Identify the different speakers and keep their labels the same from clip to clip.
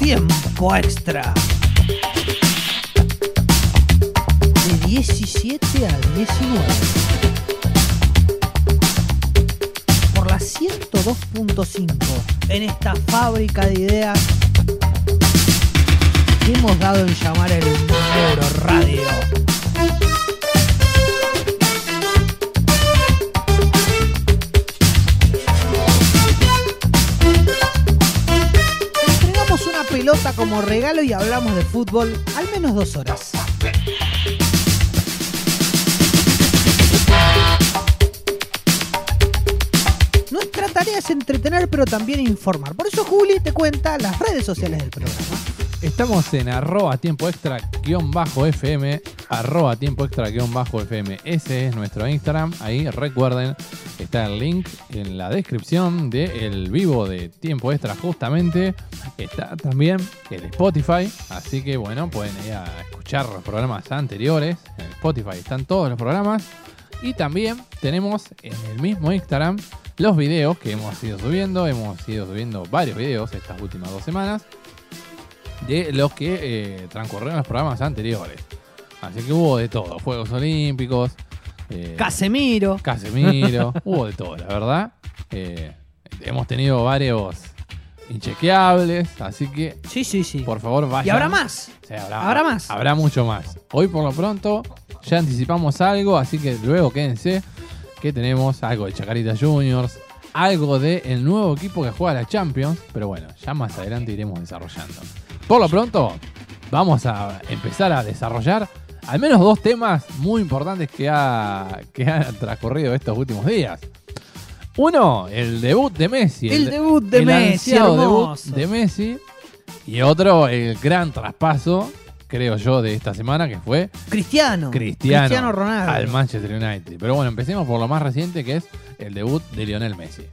Speaker 1: trabajo extra. De 17 a 19. Por la 102.5. En esta fábrica de ideas que hemos dado en llamar el Euro Radio. Entregamos una pelota como regalo y hablamos de fútbol al menos dos horas. Nuestra tarea es entretener pero también informar. Por eso Juli te cuenta las redes sociales del programa.
Speaker 2: Estamos en arroba tiempo extra guión bajo FM, arroba tiempo extra guión bajo FM. Ese es nuestro Instagram. Ahí recuerden, está el link en la descripción del vivo de tiempo extra justamente. Está también el Spotify. Así que bueno, pueden ir a escuchar los programas anteriores. En Spotify están todos los programas. Y también tenemos en el mismo Instagram los videos que hemos ido subiendo. Hemos ido subiendo varios videos estas últimas dos semanas de los que eh, transcurrieron los programas anteriores. Así que hubo de todo, Juegos Olímpicos, eh,
Speaker 1: Casemiro.
Speaker 2: Casemiro, hubo de todo, la verdad. Eh, hemos tenido varios inchequeables, así que
Speaker 1: Sí, sí, sí.
Speaker 2: por favor vayan.
Speaker 1: y habrá más.
Speaker 2: Sí, habrá,
Speaker 1: habrá más.
Speaker 2: Habrá mucho más. Hoy por lo pronto ya anticipamos algo, así que luego quédense que tenemos algo de Chacarita Juniors, algo de el nuevo equipo que juega la Champions, pero bueno, ya más adelante iremos desarrollando. Por lo pronto, vamos a empezar a desarrollar al menos dos temas muy importantes que, ha, que han transcurrido estos últimos días. Uno, el debut de Messi.
Speaker 1: El debut de
Speaker 2: el
Speaker 1: Messi,
Speaker 2: ansiado
Speaker 1: hermoso.
Speaker 2: debut de Messi. Y otro, el gran traspaso, creo yo, de esta semana, que fue
Speaker 1: Cristiano.
Speaker 2: Cristiano,
Speaker 1: Ronaldo.
Speaker 2: al Manchester United. Pero bueno, empecemos por lo más reciente, que es el debut de Lionel Messi.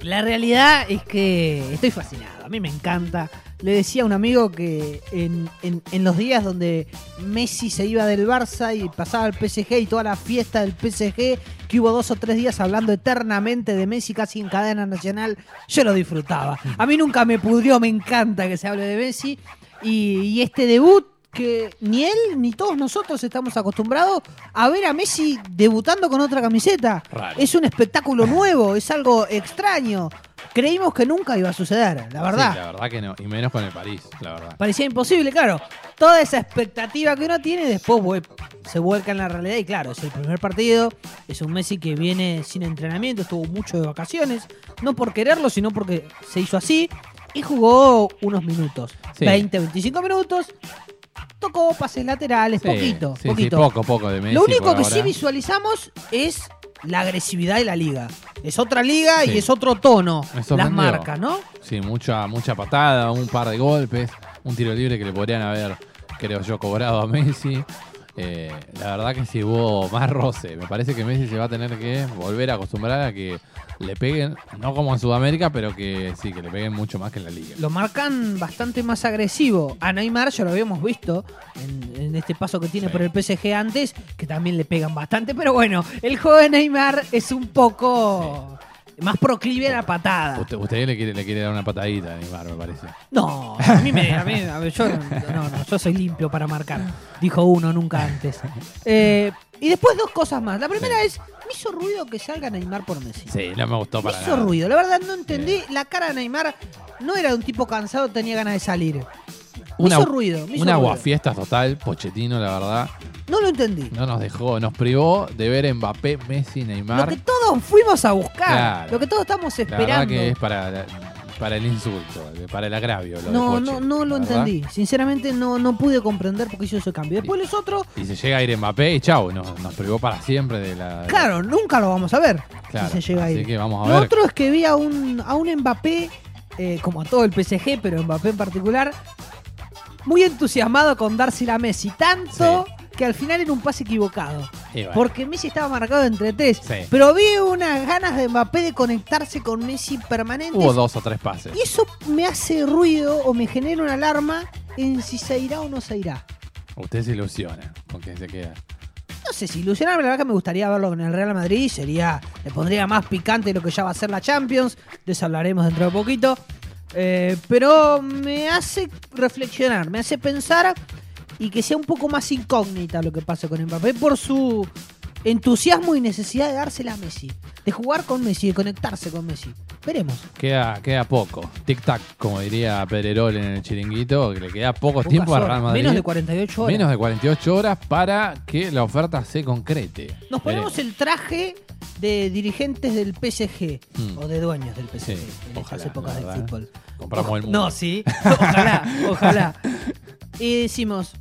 Speaker 1: La realidad es que estoy fascinado, a mí me encanta. Le decía a un amigo que en, en- en los días donde Messi se iba del Barça y pasaba al PSG y toda la fiesta del PSG, que hubo dos o tres días hablando eternamente de Messi casi en cadena nacional, yo lo disfrutaba. A mí nunca me pudrió, me encanta que se hable de Messi. Y, y este debut que ni él ni todos nosotros estamos acostumbrados a ver a Messi debutando con otra camiseta.
Speaker 2: Raro.
Speaker 1: Es un espectáculo nuevo, es algo extraño. Creímos que nunca iba a suceder, la verdad.
Speaker 2: Sí, la verdad que no, y menos con el París, la verdad.
Speaker 1: Parecía imposible, claro. Toda esa expectativa que uno tiene después vue- se vuelca en la realidad y claro, es el primer partido, es un Messi que viene sin entrenamiento, estuvo mucho de vacaciones, no por quererlo, sino porque se hizo así y jugó unos minutos,
Speaker 2: Sí.
Speaker 1: 20, 25 minutos, tocó pases laterales,
Speaker 2: Sí,
Speaker 1: poquito,
Speaker 2: sí, sí,
Speaker 1: poquito.
Speaker 2: poco, poco de Messi.
Speaker 1: Lo único
Speaker 2: por
Speaker 1: que
Speaker 2: ahora.
Speaker 1: sí visualizamos es la agresividad de la liga. Es otra liga
Speaker 2: Sí.
Speaker 1: y es otro tono,
Speaker 2: Me
Speaker 1: las
Speaker 2: sorprendió.
Speaker 1: marcas, ¿no?
Speaker 2: Sí, mucha, mucha patada, un par de golpes, un tiro libre que le podrían haber, creo yo, cobrado a Messi. Eh, la verdad que sí hubo más roce. Me parece que Messi se va a tener que volver a acostumbrar a que le peguen, no como en Sudamérica, pero que sí, que le peguen mucho más que en la liga.
Speaker 1: lo marcan bastante más agresivo. A Neymar ya lo habíamos visto en, en este paso que tiene
Speaker 2: Sí.
Speaker 1: por el PSG antes, que también le pegan bastante, pero bueno, el juego de Neymar es un poco más proclive a la patada.
Speaker 2: Usted, usted le, quiere, le quiere dar una patadita a Neymar, me parece.
Speaker 1: No, a mí me. a mí- a ver, yo, no, no, yo soy limpio para marcar. Dijo uno nunca antes. Eh, y después dos cosas más. La primera es: me hizo ruido que salga Neymar por Messi.
Speaker 2: Sí, no me gustó
Speaker 1: Me
Speaker 2: para
Speaker 1: hizo
Speaker 2: nada.
Speaker 1: ruido, la verdad no entendí. La cara de Neymar no era de un tipo cansado, tenía ganas de salir. Me
Speaker 2: Una-
Speaker 1: hizo ruido. Me hizo
Speaker 2: Una
Speaker 1: ruido.
Speaker 2: guafiesta total, Pochettino, la verdad.
Speaker 1: No lo entendí.
Speaker 2: No nos dejó, nos privó de ver Mbappé, Messi, Neymar.
Speaker 1: Lo que todos fuimos a buscar,
Speaker 2: Claro.
Speaker 1: lo que todos estamos
Speaker 2: La verdad
Speaker 1: esperando.
Speaker 2: que es para, la- para el insulto, eh, para el agravio. Lo
Speaker 1: no,
Speaker 2: de
Speaker 1: no,
Speaker 2: Poche,
Speaker 1: no lo
Speaker 2: la verdad.
Speaker 1: entendí. Sinceramente no, no pude comprender por qué hizo ese cambio. Después los otros,
Speaker 2: Y se llega a ir Mbappé y chau, nos, nos privó para siempre de la.
Speaker 1: claro, nunca lo vamos a ver
Speaker 2: Claro,
Speaker 1: si se llega a
Speaker 2: así
Speaker 1: ir.
Speaker 2: que vamos a
Speaker 1: Lo
Speaker 2: ver.
Speaker 1: otro es que vi a un, a un Mbappé, eh, como a todo el PSG, pero Mbappé en particular, muy entusiasmado con dársela a Messi. Tanto que al final era un pase equivocado.
Speaker 2: Y bueno,
Speaker 1: Porque Messi estaba marcado entre tres.
Speaker 2: Sí.
Speaker 1: Pero vi unas ganas de Mbappé de conectarse con Messi permanentes.
Speaker 2: Hubo dos o tres pases.
Speaker 1: Y eso me hace ruido o me genera una alarma en si se irá o no se irá.
Speaker 2: Usted se ilusiona con que se queda.
Speaker 1: No sé si ilusionarme, la verdad que me gustaría verlo en el Real Madrid, sería, le pondría más picante lo que ya va a ser la Champions, de eso hablaremos dentro de poquito. Eh, pero me hace reflexionar, me hace pensar y que sea un poco más incógnita lo que pasa con Mbappé por su entusiasmo y necesidad de dársela a Messi, de jugar con Messi, de conectarse con Messi. Veremos.
Speaker 2: Queda, queda poco. Tic-tac, como diría Pererol en el chiringuito, que le queda poco
Speaker 1: Pocas
Speaker 2: tiempo al
Speaker 1: horas,
Speaker 2: Real Madrid.
Speaker 1: Menos de 48 horas.
Speaker 2: Menos de 48 horas para que la oferta se concrete.
Speaker 1: Nos ponemos el traje de dirigentes del PSG
Speaker 2: Mm.
Speaker 1: o de dueños del PSG
Speaker 2: Sí,
Speaker 1: en
Speaker 2: ojalá,
Speaker 1: estas épocas
Speaker 2: la
Speaker 1: del
Speaker 2: verdad.
Speaker 1: fútbol.
Speaker 2: Compramos el
Speaker 1: Oja-
Speaker 2: mundo.
Speaker 1: No, sí. Ojalá, ojalá. Y decimos,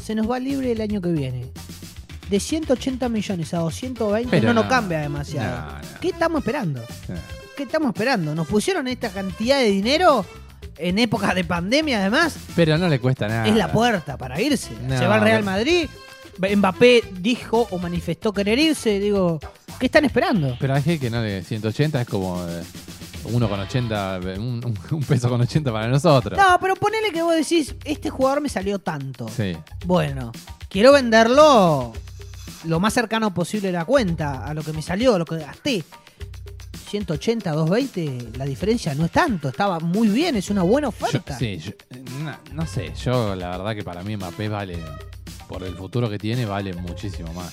Speaker 1: se nos va libre el año que viene. De 180 millones a 220
Speaker 2: Pero
Speaker 1: no nos
Speaker 2: no,
Speaker 1: cambia demasiado.
Speaker 2: no, no.
Speaker 1: ¿Qué estamos esperando?
Speaker 2: Eh,
Speaker 1: ¿Qué estamos esperando? ¿Nos pusieron esta cantidad de dinero en épocas de pandemia además?
Speaker 2: Pero no le cuesta nada.
Speaker 1: Es la puerta para irse.
Speaker 2: Ah. No,
Speaker 1: Se va al Real
Speaker 2: pero-
Speaker 1: Madrid. Mbappé dijo o manifestó querer irse. Digo, ¿qué están esperando?
Speaker 2: Pero hay gente que no le. 180 es como. eh, uno con 80. eh, Un, un- un peso con 80 para nosotros.
Speaker 1: No, pero ponele que vos decís, este jugador me salió tanto.
Speaker 2: Sí.
Speaker 1: Bueno, quiero venderlo lo más cercano posible a la cuenta, a lo que me salió, a lo que gasté. 180, 220, la diferencia no es tanto, estaba muy bien, es una buena
Speaker 2: Yo-
Speaker 1: oferta.
Speaker 2: sí, yo- no, no sé, yo la verdad que para mí Mbappé vale, por el futuro que tiene, vale muchísimo más.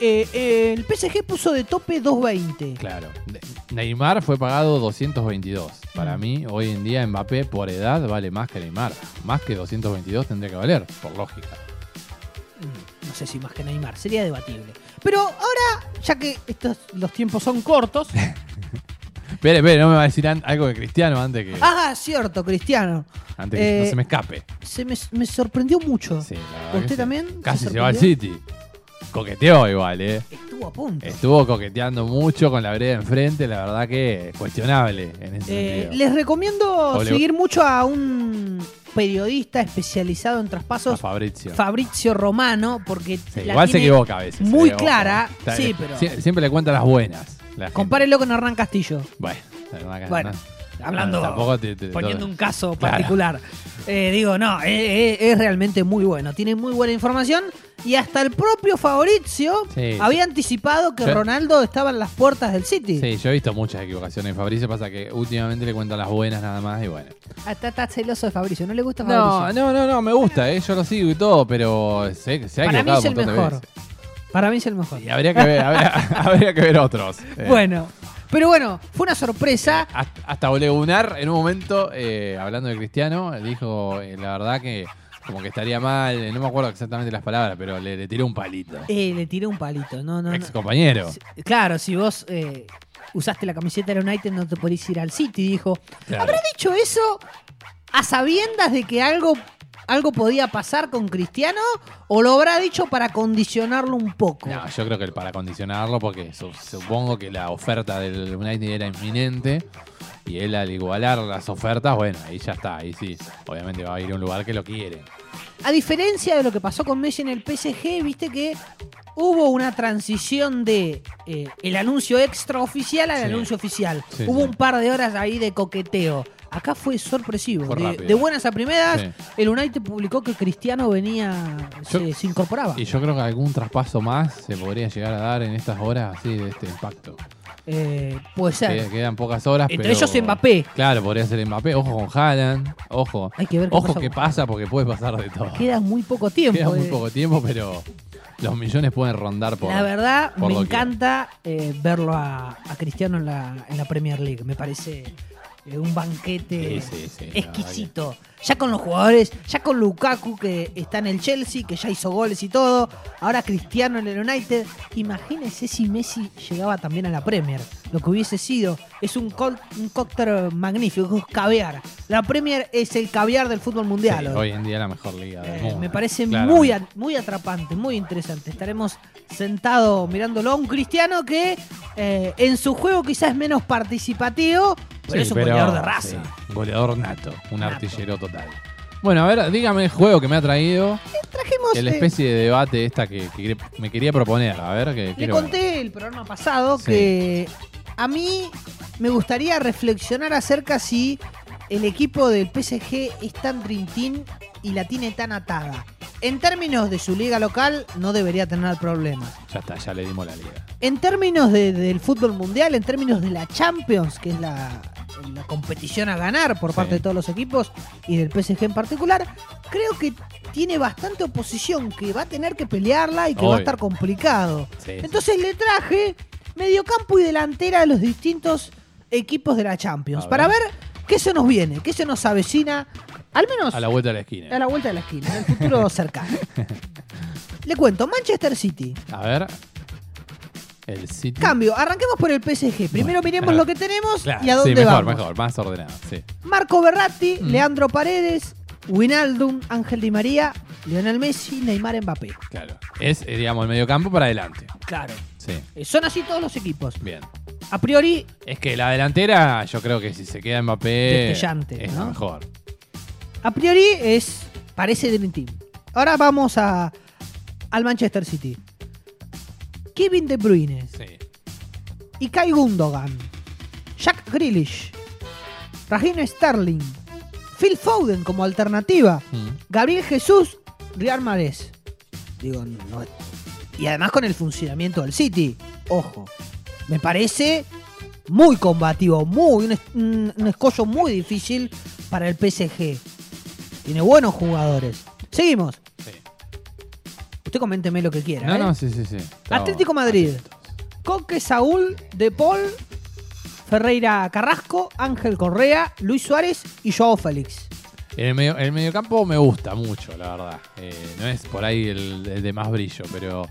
Speaker 1: Eh, eh, el PSG puso de tope 220.
Speaker 2: Claro. De- Neymar fue pagado 222. Para
Speaker 1: Mm.
Speaker 2: mí, hoy en día Mbappé por edad vale más que Neymar. Más que 222 tendría que valer, por lógica.
Speaker 1: Mm, No sé si más que Neymar, sería debatible. Pero ahora, ya que estos, los tiempos son cortos.
Speaker 2: Espere, espere, no me va a decir an- algo de Cristiano antes que,
Speaker 1: ah, cierto, Cristiano.
Speaker 2: antes que
Speaker 1: eh,
Speaker 2: no se me escape.
Speaker 1: Se me, me sorprendió mucho.
Speaker 2: Sí, la verdad
Speaker 1: ¿Usted
Speaker 2: que sí.
Speaker 1: también se
Speaker 2: Casi se va al
Speaker 1: sorprendió?
Speaker 2: City. Coqueteó igual, ¿eh?
Speaker 1: Estuvo a punto.
Speaker 2: Estuvo coqueteando mucho con la vereda enfrente, la verdad que cuestionable en ese
Speaker 1: Eh,
Speaker 2: sentido.
Speaker 1: les recomiendo
Speaker 2: Ole-
Speaker 1: seguir mucho a un periodista especializado en
Speaker 2: A
Speaker 1: traspasos,
Speaker 2: Fabrizio.
Speaker 1: Fabrizio Romano, porque
Speaker 2: Sí,
Speaker 1: la
Speaker 2: igual se
Speaker 1: tiene-
Speaker 2: equivoca a veces.
Speaker 1: muy
Speaker 2: eh, ojo.
Speaker 1: clara,
Speaker 2: Está-
Speaker 1: sí, pero-
Speaker 2: sie- Siempre le cuenta las buenas. la gente.
Speaker 1: Compárelo con Hernán Castillo.
Speaker 2: Bueno, la verdad que
Speaker 1: Bueno,
Speaker 2: no.
Speaker 1: hablando-
Speaker 2: Tampoco te- te-
Speaker 1: Poniendo
Speaker 2: no-
Speaker 1: un caso
Speaker 2: Claro.
Speaker 1: particular. Eh, digo, no, eh, eh, es realmente muy bueno. Tiene muy buena información. Y hasta el propio Fabrizio
Speaker 2: Sí.
Speaker 1: había anticipado que
Speaker 2: Yo-
Speaker 1: Ronaldo estaba en las puertas del City.
Speaker 2: Sí, yo he visto muchas equivocaciones en Fabrizio. Pasa que últimamente le cuentan las buenas nada más y bueno.
Speaker 1: Hasta Ah, está celoso de Fabrizio. No le gusta
Speaker 2: No,
Speaker 1: Fabrizio.
Speaker 2: no, no, no, me gusta, eh, yo lo sigo y todo, pero se, se ha
Speaker 1: Para mí
Speaker 2: equivocado
Speaker 1: es el
Speaker 2: un montón de
Speaker 1: mejor.
Speaker 2: veces.
Speaker 1: Para mí es el mejor.
Speaker 2: Y habría que ver, habría, habría que ver otros. eh.
Speaker 1: Bueno, pero bueno, fue una sorpresa.
Speaker 2: Hasta, hasta Bolegunar, en un momento, eh, hablando de Cristiano, dijo, eh, la verdad que como que estaría mal, eh, no me acuerdo exactamente las palabras, pero le, le tiró un palito.
Speaker 1: Eh, le tiré un palito. No, no, no.
Speaker 2: Ex compañero.
Speaker 1: Si- Claro, si vos eh, usaste la camiseta del United no te podés ir al City, dijo.
Speaker 2: Claro.
Speaker 1: ¿Habrá dicho eso a sabiendas de que algo, algo podía pasar con Cristiano? ¿O lo habrá dicho para condicionarlo un poco?
Speaker 2: No, yo creo que para condicionarlo, porque su- supongo que la oferta del United era inminente. Y él al igualar las ofertas, bueno, ahí ya está, ahí sí. Obviamente va a ir a un lugar que lo quiere.
Speaker 1: A diferencia de lo que pasó con Messi en el PSG, viste que hubo una transición de eh, el anuncio extraoficial al
Speaker 2: Sí.
Speaker 1: anuncio oficial.
Speaker 2: Sí,
Speaker 1: hubo
Speaker 2: sí.
Speaker 1: un par de horas ahí de coqueteo. Acá fue sorpresivo.
Speaker 2: Fue
Speaker 1: de,
Speaker 2: rápido.
Speaker 1: de buenas a primeras,
Speaker 2: Sí.
Speaker 1: el United publicó que Cristiano venía,
Speaker 2: Yo-
Speaker 1: se, se incorporaba.
Speaker 2: Y yo creo que algún traspaso más se podría llegar a dar en estas horas así de este impacto.
Speaker 1: Eh, puede ser.
Speaker 2: Que- Quedan pocas horas.
Speaker 1: Entre
Speaker 2: pero-
Speaker 1: ellos Mbappé.
Speaker 2: Claro, podría ser Mbappé. Ojo con Haaland. Ojo.
Speaker 1: Hay que ver qué
Speaker 2: Ojo
Speaker 1: pasa
Speaker 2: que
Speaker 1: con
Speaker 2: pasa porque puede pasar de todo.
Speaker 1: Queda muy poco tiempo.
Speaker 2: Queda muy
Speaker 1: eh.
Speaker 2: poco tiempo, pero los millones pueden rondar por.
Speaker 1: la verdad,
Speaker 2: por
Speaker 1: me
Speaker 2: doquier.
Speaker 1: encanta eh, verlo a, a Cristiano en la, en la Premier League. Me parece eh, un banquete
Speaker 2: Sí, sí, sí, la verdad
Speaker 1: exquisito. Ya con los jugadores, ya con Lukaku que está en el Chelsea, que ya hizo goles y todo. Ahora Cristiano en el United. Imagínense si Messi llegaba también a la Premier. Lo que hubiese sido. Es un, col- un cóctel magnífico, es caviar. La Premier es el caviar del fútbol
Speaker 2: Sí,
Speaker 1: mundial. hoy.
Speaker 2: hoy en día la mejor liga del
Speaker 1: Eh,
Speaker 2: mundo.
Speaker 1: me parece
Speaker 2: Claramente.
Speaker 1: muy, at- muy atrapante, muy interesante. Estaremos sentados mirándolo a un cristiano que eh, en su juego quizás es menos participativo, pero
Speaker 2: Sí,
Speaker 1: es un
Speaker 2: pero-
Speaker 1: goleador de raza.
Speaker 2: sí, un goleador nato. Un
Speaker 1: Nato.
Speaker 2: artillero total. Bueno, a ver, dígame el juego que me ha traído.
Speaker 1: Trajimos,
Speaker 2: La
Speaker 1: eh,
Speaker 2: especie de debate esta que, que me quería proponer. A ver, que
Speaker 1: le
Speaker 2: quiero-
Speaker 1: conté el programa pasado
Speaker 2: Sí.
Speaker 1: que a mí me gustaría reflexionar acerca si el equipo del PSG es tan Dream Team y la tiene tan atada. En términos de su liga local, no debería tener problemas.
Speaker 2: Ya está, ya le dimos la liga.
Speaker 1: En términos de- del fútbol mundial, en términos de la Champions, que es la, la competición a ganar por parte
Speaker 2: Sí.
Speaker 1: de todos los equipos y del PSG en particular, creo que tiene bastante oposición que va a tener que pelearla y que va
Speaker 2: Obvio.
Speaker 1: a estar complicado.
Speaker 2: Sí, sí.
Speaker 1: Entonces le traje mediocampo y delantera de los distintos equipos de la Champions
Speaker 2: A
Speaker 1: para
Speaker 2: ver.
Speaker 1: ver qué se nos viene, qué se nos avecina, al menos
Speaker 2: A la vuelta de la
Speaker 1: a
Speaker 2: esquina.
Speaker 1: la vuelta de la esquina, en el futuro cercano. Le cuento, Manchester City.
Speaker 2: A ver. El City.
Speaker 1: Cambio, arranquemos por el PSG. Primero
Speaker 2: Bueno,
Speaker 1: miremos
Speaker 2: claro.
Speaker 1: lo que tenemos
Speaker 2: Claro,
Speaker 1: y a dónde
Speaker 2: sí, mejor,
Speaker 1: vamos.
Speaker 2: mejor, más ordenado. Sí.
Speaker 1: Marco Berratti,
Speaker 2: Mm.
Speaker 1: Leandro Paredes, Winaldum, Ángel Di María, Lionel Messi, Neymar Mbappé.
Speaker 2: Claro. Es, eh, digamos, el mediocampo para adelante.
Speaker 1: Claro.
Speaker 2: Sí,
Speaker 1: Eh, Son así todos los equipos.
Speaker 2: bien.
Speaker 1: A priori,
Speaker 2: Es que la delantera, yo creo que si se queda Mbappé.
Speaker 1: Destellante,
Speaker 2: Es
Speaker 1: ¿no?
Speaker 2: lo mejor.
Speaker 1: a priori es parece Dream Team. Ahora vamos a al Manchester City. Kevin De Bruyne,
Speaker 2: Sí.
Speaker 1: Ikay Gundogan, Jack Grealish, Raheem Sterling, Phil Foden como alternativa.
Speaker 2: Mm.
Speaker 1: Gabriel Jesús, Real Mares. Digo, no. Y además con el funcionamiento del City. Ojo. Me parece muy combativo, muy un, es- un- un escollo muy difícil para el PSG. Tiene buenos jugadores. Seguimos.
Speaker 2: Sí.
Speaker 1: Usted coménteme lo que quiera.
Speaker 2: No,
Speaker 1: ¿eh?
Speaker 2: no, sí, sí, sí. Estamos
Speaker 1: Atlético Madrid.
Speaker 2: atentos.
Speaker 1: Coque Saúl, De Paul, Ferreira Carrasco, Ángel Correa, Luis Suárez y Joao Félix.
Speaker 2: El, medio, el mediocampo me gusta mucho, la verdad. Eh, no es por ahí el, el de más brillo, pero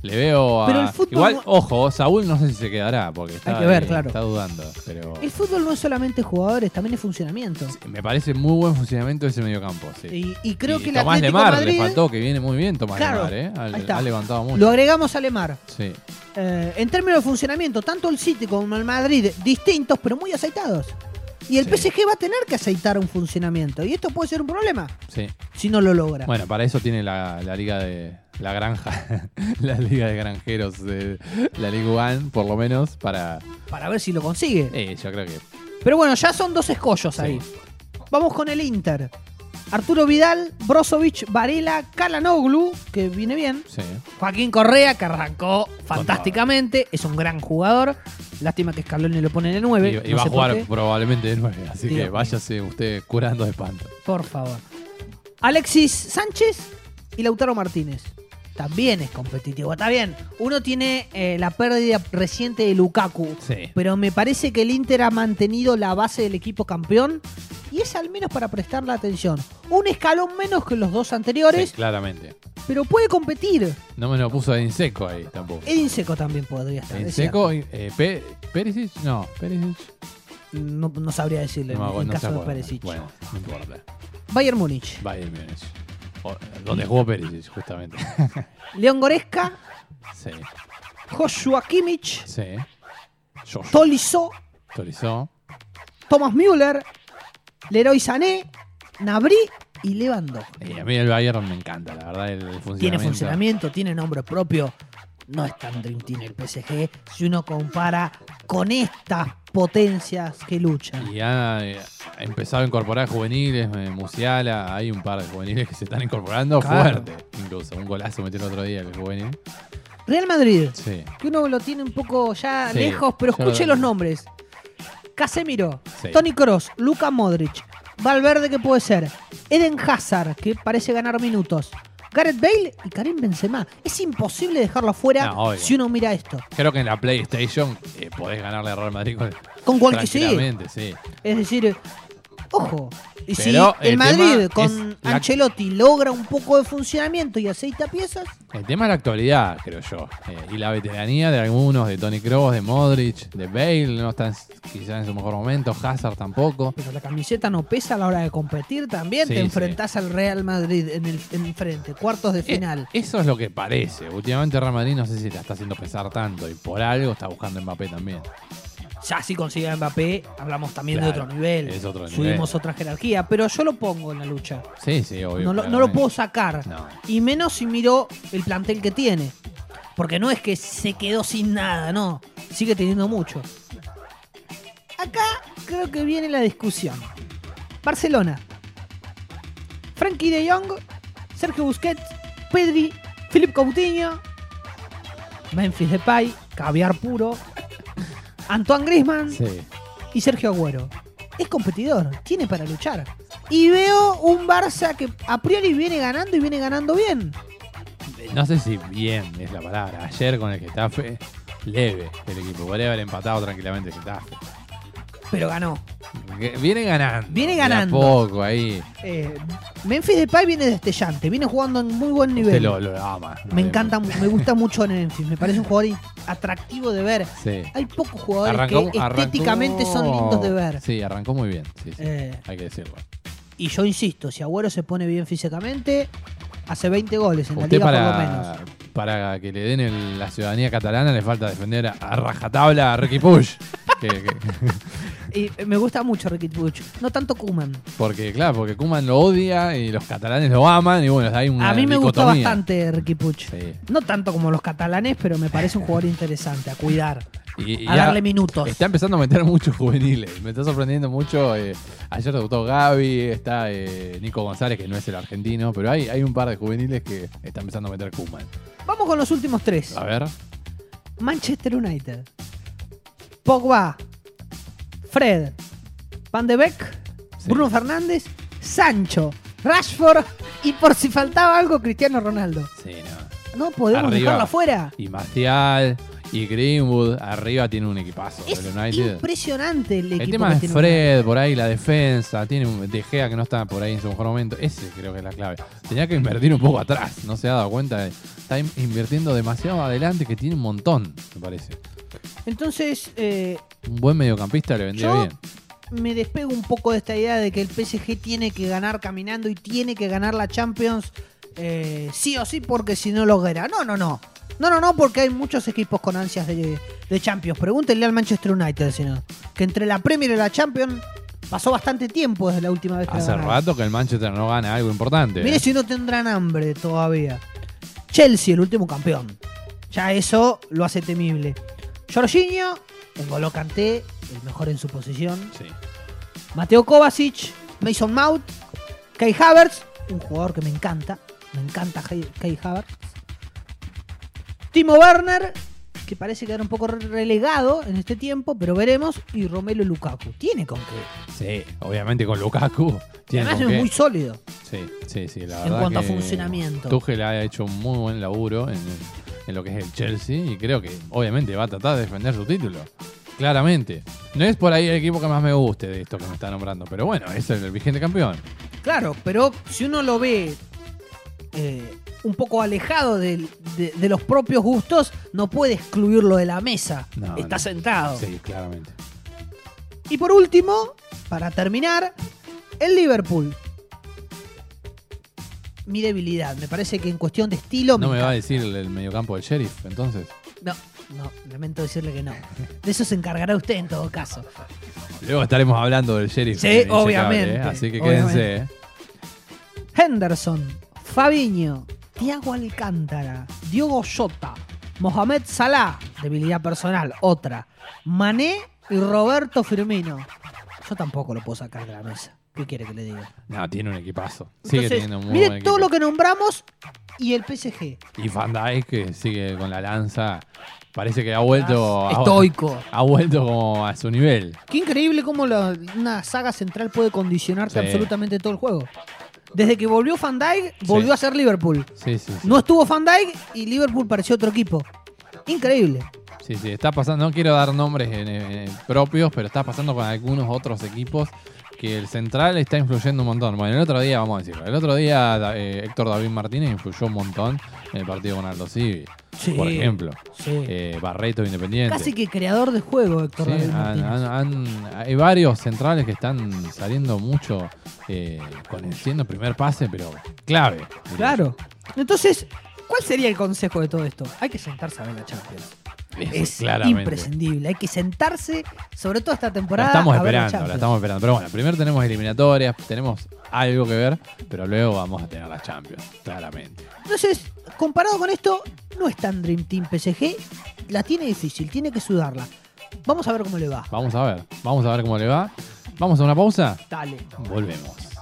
Speaker 2: le veo a.
Speaker 1: Pero el fútbol
Speaker 2: Igual,
Speaker 1: no-
Speaker 2: ojo, Saúl no sé si se quedará, porque está,
Speaker 1: que ver,
Speaker 2: eh,
Speaker 1: claro.
Speaker 2: está dudando. Pero
Speaker 1: El fútbol no es solamente jugadores, también es funcionamiento.
Speaker 2: me parece muy buen funcionamiento ese mediocampo. Sí.
Speaker 1: Y, y creo
Speaker 2: Y
Speaker 1: que el
Speaker 2: Tomás
Speaker 1: Atlético
Speaker 2: Lemar
Speaker 1: Madrid
Speaker 2: le faltó, que viene muy bien Tomás
Speaker 1: Claro,
Speaker 2: Lemar, ¿eh? Ha,
Speaker 1: ahí está.
Speaker 2: ha levantado mucho.
Speaker 1: Lo agregamos a Lemar.
Speaker 2: Sí,
Speaker 1: Eh, en términos de funcionamiento, tanto el City como el Madrid, distintos pero muy aceitados. Y el
Speaker 2: Sí.
Speaker 1: PSG va a tener que aceitar un funcionamiento. Y esto puede ser un problema
Speaker 2: sí.
Speaker 1: si no lo logra.
Speaker 2: Bueno, para eso tiene la, la liga de. La granja, la liga de granjeros, de la Liga One, por lo menos, para.
Speaker 1: Para ver si lo consigue.
Speaker 2: Eh, yo creo que.
Speaker 1: Pero bueno, ya son dos escollos
Speaker 2: Sí.
Speaker 1: ahí. Vamos con el Inter. Arturo Vidal, Brozovic, Varela, Kalanoglu, que viene bien.
Speaker 2: Sí. ¿eh?
Speaker 1: Joaquín Correa, que arrancó fantásticamente. Es un gran jugador. Lástima que Scaloni lo pone en el 9.
Speaker 2: Y, y
Speaker 1: no
Speaker 2: va a
Speaker 1: sé por
Speaker 2: jugar
Speaker 1: qué.
Speaker 2: probablemente de nueve, así
Speaker 1: Dios
Speaker 2: que
Speaker 1: mío.
Speaker 2: váyase usted curando de espanto.
Speaker 1: Por favor. Alexis Sánchez y Lautaro Martínez. También es competitivo. Está bien. Uno tiene eh, la pérdida reciente de Lukaku.
Speaker 2: Sí.
Speaker 1: Pero me parece que el Inter ha mantenido la base del equipo campeón. Y es al menos para prestar la atención. Un escalón menos que los dos anteriores.
Speaker 2: claramente.
Speaker 1: Pero puede competir.
Speaker 2: No me lo puso de Inseco ahí tampoco.
Speaker 1: Edin Seco también podría estar. Eh, es
Speaker 2: Inseco, eh, Pe- Perisic, no, Perisic.
Speaker 1: cierto. No, no sabría decirle
Speaker 2: No, me
Speaker 1: en
Speaker 2: acuerdo, no se
Speaker 1: caso de
Speaker 2: acuerda.
Speaker 1: Perisic.
Speaker 2: Bueno, no importa.
Speaker 1: Bayern Múnich.
Speaker 2: Bayern Múnich. O- eh, Donde jugó Perisic, justamente.
Speaker 1: León Goresca.
Speaker 2: sí,
Speaker 1: Joshua Kimmich.
Speaker 2: sí. Josh
Speaker 1: Tolisso.
Speaker 2: Torizó.
Speaker 1: Thomas Müller, Leroy Sané, Nabri y Lewandowski.
Speaker 2: Y a mí el Bayern me encanta, la verdad, el, el funcionamiento.
Speaker 1: Tiene funcionamiento, tiene nombre propio. No es tan Dream Team el PSG si uno compara con estas potencias que luchan.
Speaker 2: Y ha eh, ha empezado a incorporar juveniles, eh, Musiala, hay un par de juveniles que se están incorporando
Speaker 1: Claro.
Speaker 2: fuerte. Incluso un golazo metió el otro día el juvenil.
Speaker 1: Real Madrid,
Speaker 2: Sí,
Speaker 1: que uno lo tiene un poco ya
Speaker 2: Sí,
Speaker 1: lejos, pero
Speaker 2: ya
Speaker 1: escuche
Speaker 2: lo-
Speaker 1: los nombres. Casemiro,
Speaker 2: Sí.
Speaker 1: Tony Cross, Luka Modric, Valverde que puede ser, Eden Hazard que parece ganar minutos, Gareth Bale y Karim Benzema. Es imposible dejarlo afuera
Speaker 2: No, obvio.
Speaker 1: si uno mira esto.
Speaker 2: creo que en la PlayStation eh, podés ganarle a Real Madrid con,
Speaker 1: Con cualquier sí.
Speaker 2: tranquilamente, sí.
Speaker 1: Es decir, ojo. Y si
Speaker 2: Pero el
Speaker 1: el Madrid
Speaker 2: tema
Speaker 1: con
Speaker 2: es la-
Speaker 1: Ancelotti logra un poco de funcionamiento y aceita piezas,
Speaker 2: El tema es la actualidad, creo yo. eh, y la veteranía de algunos, de Tony Kroos, de Modric, de Bale, no están quizás en su mejor momento, Hazard tampoco.
Speaker 1: pero la camiseta no pesa a la hora de competir también.
Speaker 2: Sí,
Speaker 1: te
Speaker 2: sí.
Speaker 1: enfrentás al Real Madrid en el en frente, cuartos de
Speaker 2: Eh,
Speaker 1: final.
Speaker 2: eso es lo que parece. Últimamente Real Madrid no sé si la está haciendo pensar tanto y por algo está buscando Mbappé también.
Speaker 1: ya si consigue a Mbappé, hablamos también de
Speaker 2: Claro,
Speaker 1: otro nivel.
Speaker 2: es otro nivel.
Speaker 1: Subimos otra jerarquía, pero yo lo pongo en la lucha.
Speaker 2: Sí, sí, obvio.
Speaker 1: No lo, no lo
Speaker 2: claramente.
Speaker 1: puedo sacar.
Speaker 2: No.
Speaker 1: Y menos si miró el plantel que tiene. Porque no es que se quedó sin nada, no. Sigue teniendo mucho. Acá creo que viene la discusión. Barcelona. Frankie de Jong, Sergio Busquets, Pedri, Philip Coutinho, Memphis Depay, Caviar Puro, Antoine Griezmann
Speaker 2: Sí.
Speaker 1: y Sergio Agüero. es competidor, tiene para luchar. Y veo un Barça que a priori viene ganando y viene ganando bien.
Speaker 2: No sé si bien es la palabra. Ayer con el Getafe, leve el equipo. Podría haber empatado tranquilamente el Getafe.
Speaker 1: Pero ganó.
Speaker 2: Que Viene ganando.
Speaker 1: Viene
Speaker 2: de a
Speaker 1: ganando.
Speaker 2: poco ahí.
Speaker 1: Eh, Memphis Depay viene destellante, viene jugando en muy buen nivel.
Speaker 2: Usted Este lo, lo ama.
Speaker 1: Me encanta, me gusta mucho Memphis, me parece un jugador atractivo de ver.
Speaker 2: Sí.
Speaker 1: Hay pocos jugadores
Speaker 2: Arrancó-
Speaker 1: que
Speaker 2: arrancó-
Speaker 1: estéticamente son lindos de ver.
Speaker 2: Sí, arrancó muy bien. Sí, sí.
Speaker 1: Eh,
Speaker 2: Hay que decirlo.
Speaker 1: y yo insisto, si Agüero se pone bien físicamente, hace 20 goles en la
Speaker 2: Usted
Speaker 1: liga por lo menos.
Speaker 2: para, para que le den el- la ciudadanía catalana le falta defender a, a rajatabla a Ricky Push. Que- que-
Speaker 1: Y eh, me gusta mucho Ricky Puch, no tanto Kuman.
Speaker 2: porque, claro, porque Kuman lo odia y los catalanes lo aman y bueno, hay una
Speaker 1: A mí me gusta
Speaker 2: dicotomía.
Speaker 1: bastante Ricky Puch.
Speaker 2: Sí.
Speaker 1: No tanto como los catalanes, pero me parece un jugador interesante a cuidar,
Speaker 2: Y- y
Speaker 1: a
Speaker 2: ya
Speaker 1: darle minutos.
Speaker 2: Está empezando a meter muchos juveniles. Me está sorprendiendo mucho. eh, ayer debutó Gaby, está eh, Nico González, que no es el argentino, pero hay, hay un par de juveniles que está empezando a meter Kuman.
Speaker 1: Vamos con los últimos tres.
Speaker 2: A ver.
Speaker 1: Manchester United. Pogba. Fred. Van de Beek.
Speaker 2: Sí.
Speaker 1: Bruno Fernández. Sancho. Rashford. Y por si faltaba algo, Cristiano Ronaldo.
Speaker 2: Sí, no.
Speaker 1: No podemos
Speaker 2: Arriba.
Speaker 1: dejarlo afuera.
Speaker 2: y Marcial y Greenwood. Arriba tiene un equipazo
Speaker 1: Es
Speaker 2: del United.
Speaker 1: impresionante el equipo.
Speaker 2: El tema
Speaker 1: que
Speaker 2: es
Speaker 1: tiene
Speaker 2: Fred, por ahí la defensa, tiene un De Gea que no está por ahí en su mejor momento. Ese creo que es la clave. Tenía que invertir un poco atrás, no se ha dado cuenta. de- Está in- invirtiendo demasiado adelante que tiene un montón, me parece.
Speaker 1: United. Entonces, eh,
Speaker 2: Un buen mediocampista le vendría
Speaker 1: Yo-
Speaker 2: bien.
Speaker 1: me despego un poco de esta idea de que el PSG tiene que ganar caminando y tiene que ganar la Champions eh, sí o sí porque si no lo gana. No, no, no. No, no, no, porque hay muchos equipos con ansias de, de Champions. Pregúntenle al Manchester United, si no. Que entre la Premier y la Champions pasó bastante tiempo desde la última vez que la
Speaker 2: Hace
Speaker 1: ganaron.
Speaker 2: rato que el Manchester no gana algo importante. ¿eh?
Speaker 1: Mire si no tendrán hambre todavía. Chelsea, el último campeón. Ya eso lo hace temible. Jorginho, un golo canté, el mejor en su posición.
Speaker 2: Sí.
Speaker 1: Mateo Kovacic, Mason Mount, Kai Havertz, un jugador que me encanta, me encanta Kai Kai Havertz. Timo Werner, que parece quedar un poco relegado en este tiempo, pero veremos, y Romelu Lukaku. Tiene con qué.
Speaker 2: Sí, obviamente con Lukaku. Tiene
Speaker 1: Además
Speaker 2: con
Speaker 1: es
Speaker 2: qué.
Speaker 1: muy sólido.
Speaker 2: Sí, sí, sí, la
Speaker 1: En
Speaker 2: verdad
Speaker 1: cuanto a
Speaker 2: que
Speaker 1: funcionamiento.
Speaker 2: Tuchel ha hecho un muy buen laburo en, en lo que es el Chelsea y creo que obviamente va a tratar de defender su título. Claramente. No es por ahí el equipo que más me guste de esto que me está nombrando, pero bueno, es el, vigente campeón.
Speaker 1: Claro, pero si uno lo ve eh, un poco alejado del- de, de los propios gustos, no puede excluirlo de la mesa.
Speaker 2: No,
Speaker 1: Está
Speaker 2: no.
Speaker 1: sentado.
Speaker 2: Sí, claramente.
Speaker 1: Y por último, para terminar, el Liverpool. Mi debilidad, me parece que en cuestión de estilo.
Speaker 2: No me va a
Speaker 1: Oh, encanta.
Speaker 2: decir el, el mediocampo del sheriff, entonces.
Speaker 1: No, no, lamento decirle que no. De eso se encargará usted en todo caso.
Speaker 2: Luego estaremos hablando del sheriff.
Speaker 1: Sí,
Speaker 2: en Insecable,
Speaker 1: obviamente,
Speaker 2: ¿eh? Así que
Speaker 1: obviamente.
Speaker 2: quédense. ¿eh?
Speaker 1: Henderson, Fabiño, Tiago Alcántara, Diogo Jota, Mohamed Salah, debilidad personal, otra. Mané y Roberto Firmino. Yo tampoco lo puedo sacar de la mesa. ¿Qué quiere que le diga?
Speaker 2: No, tiene un equipazo. Sigue
Speaker 1: Entonces,
Speaker 2: teniendo un muy buen
Speaker 1: mire
Speaker 2: equipo.
Speaker 1: todo lo que nombramos y el PSG.
Speaker 2: Y Van Dijk que sigue con la lanza. Parece que ha vuelto. ha-
Speaker 1: Estoico.
Speaker 2: ha vuelto como a su nivel.
Speaker 1: Qué increíble cómo la- una saga central puede condicionarte
Speaker 2: Sí.
Speaker 1: absolutamente todo el juego. Desde que volvió Van Dijk, volvió a ser Liverpool.
Speaker 2: Sí, sí, sí.
Speaker 1: No estuvo Van Dijk y Liverpool pareció otro equipo. Increíble.
Speaker 2: Sí, sí, está pasando, no quiero dar nombres en- en- propios, pero está pasando con algunos otros equipos que el central está influyendo un montón. Bueno, el otro día, vamos a decirlo, el otro día da- eh, Héctor David Martínez influyó un montón en el partido con Aldo Civi,
Speaker 1: Sí.
Speaker 2: por ejemplo. Eh, Barreto Independiente.
Speaker 1: Casi que creador de juego,
Speaker 2: Sí, ah,
Speaker 1: Héctor David
Speaker 2: han-
Speaker 1: Martínez.
Speaker 2: han- han- hay varios centrales que están saliendo mucho eh, con siendo primer pase, pero clave. diría
Speaker 1: Claro. Entonces, ¿cuál sería el consejo de todo esto? Hay que sentarse a ver la Champions.
Speaker 2: yo. Eso,
Speaker 1: Es
Speaker 2: claramente.
Speaker 1: imprescindible. Hay que sentarse, sobre todo esta temporada.
Speaker 2: La estamos
Speaker 1: a ver la
Speaker 2: esperando, la,
Speaker 1: Champions.
Speaker 2: estamos esperando. Pero bueno, primero tenemos eliminatorias, tenemos algo que ver, pero luego vamos a tener la Champions, claramente.
Speaker 1: Entonces, comparado con esto, no es tan Dream Team PSG. La tiene difícil, tiene que sudarla. Vamos a ver cómo le va.
Speaker 2: Vamos a ver, vamos a ver cómo le va. Vamos a una pausa,
Speaker 1: Dale.
Speaker 2: volvemos.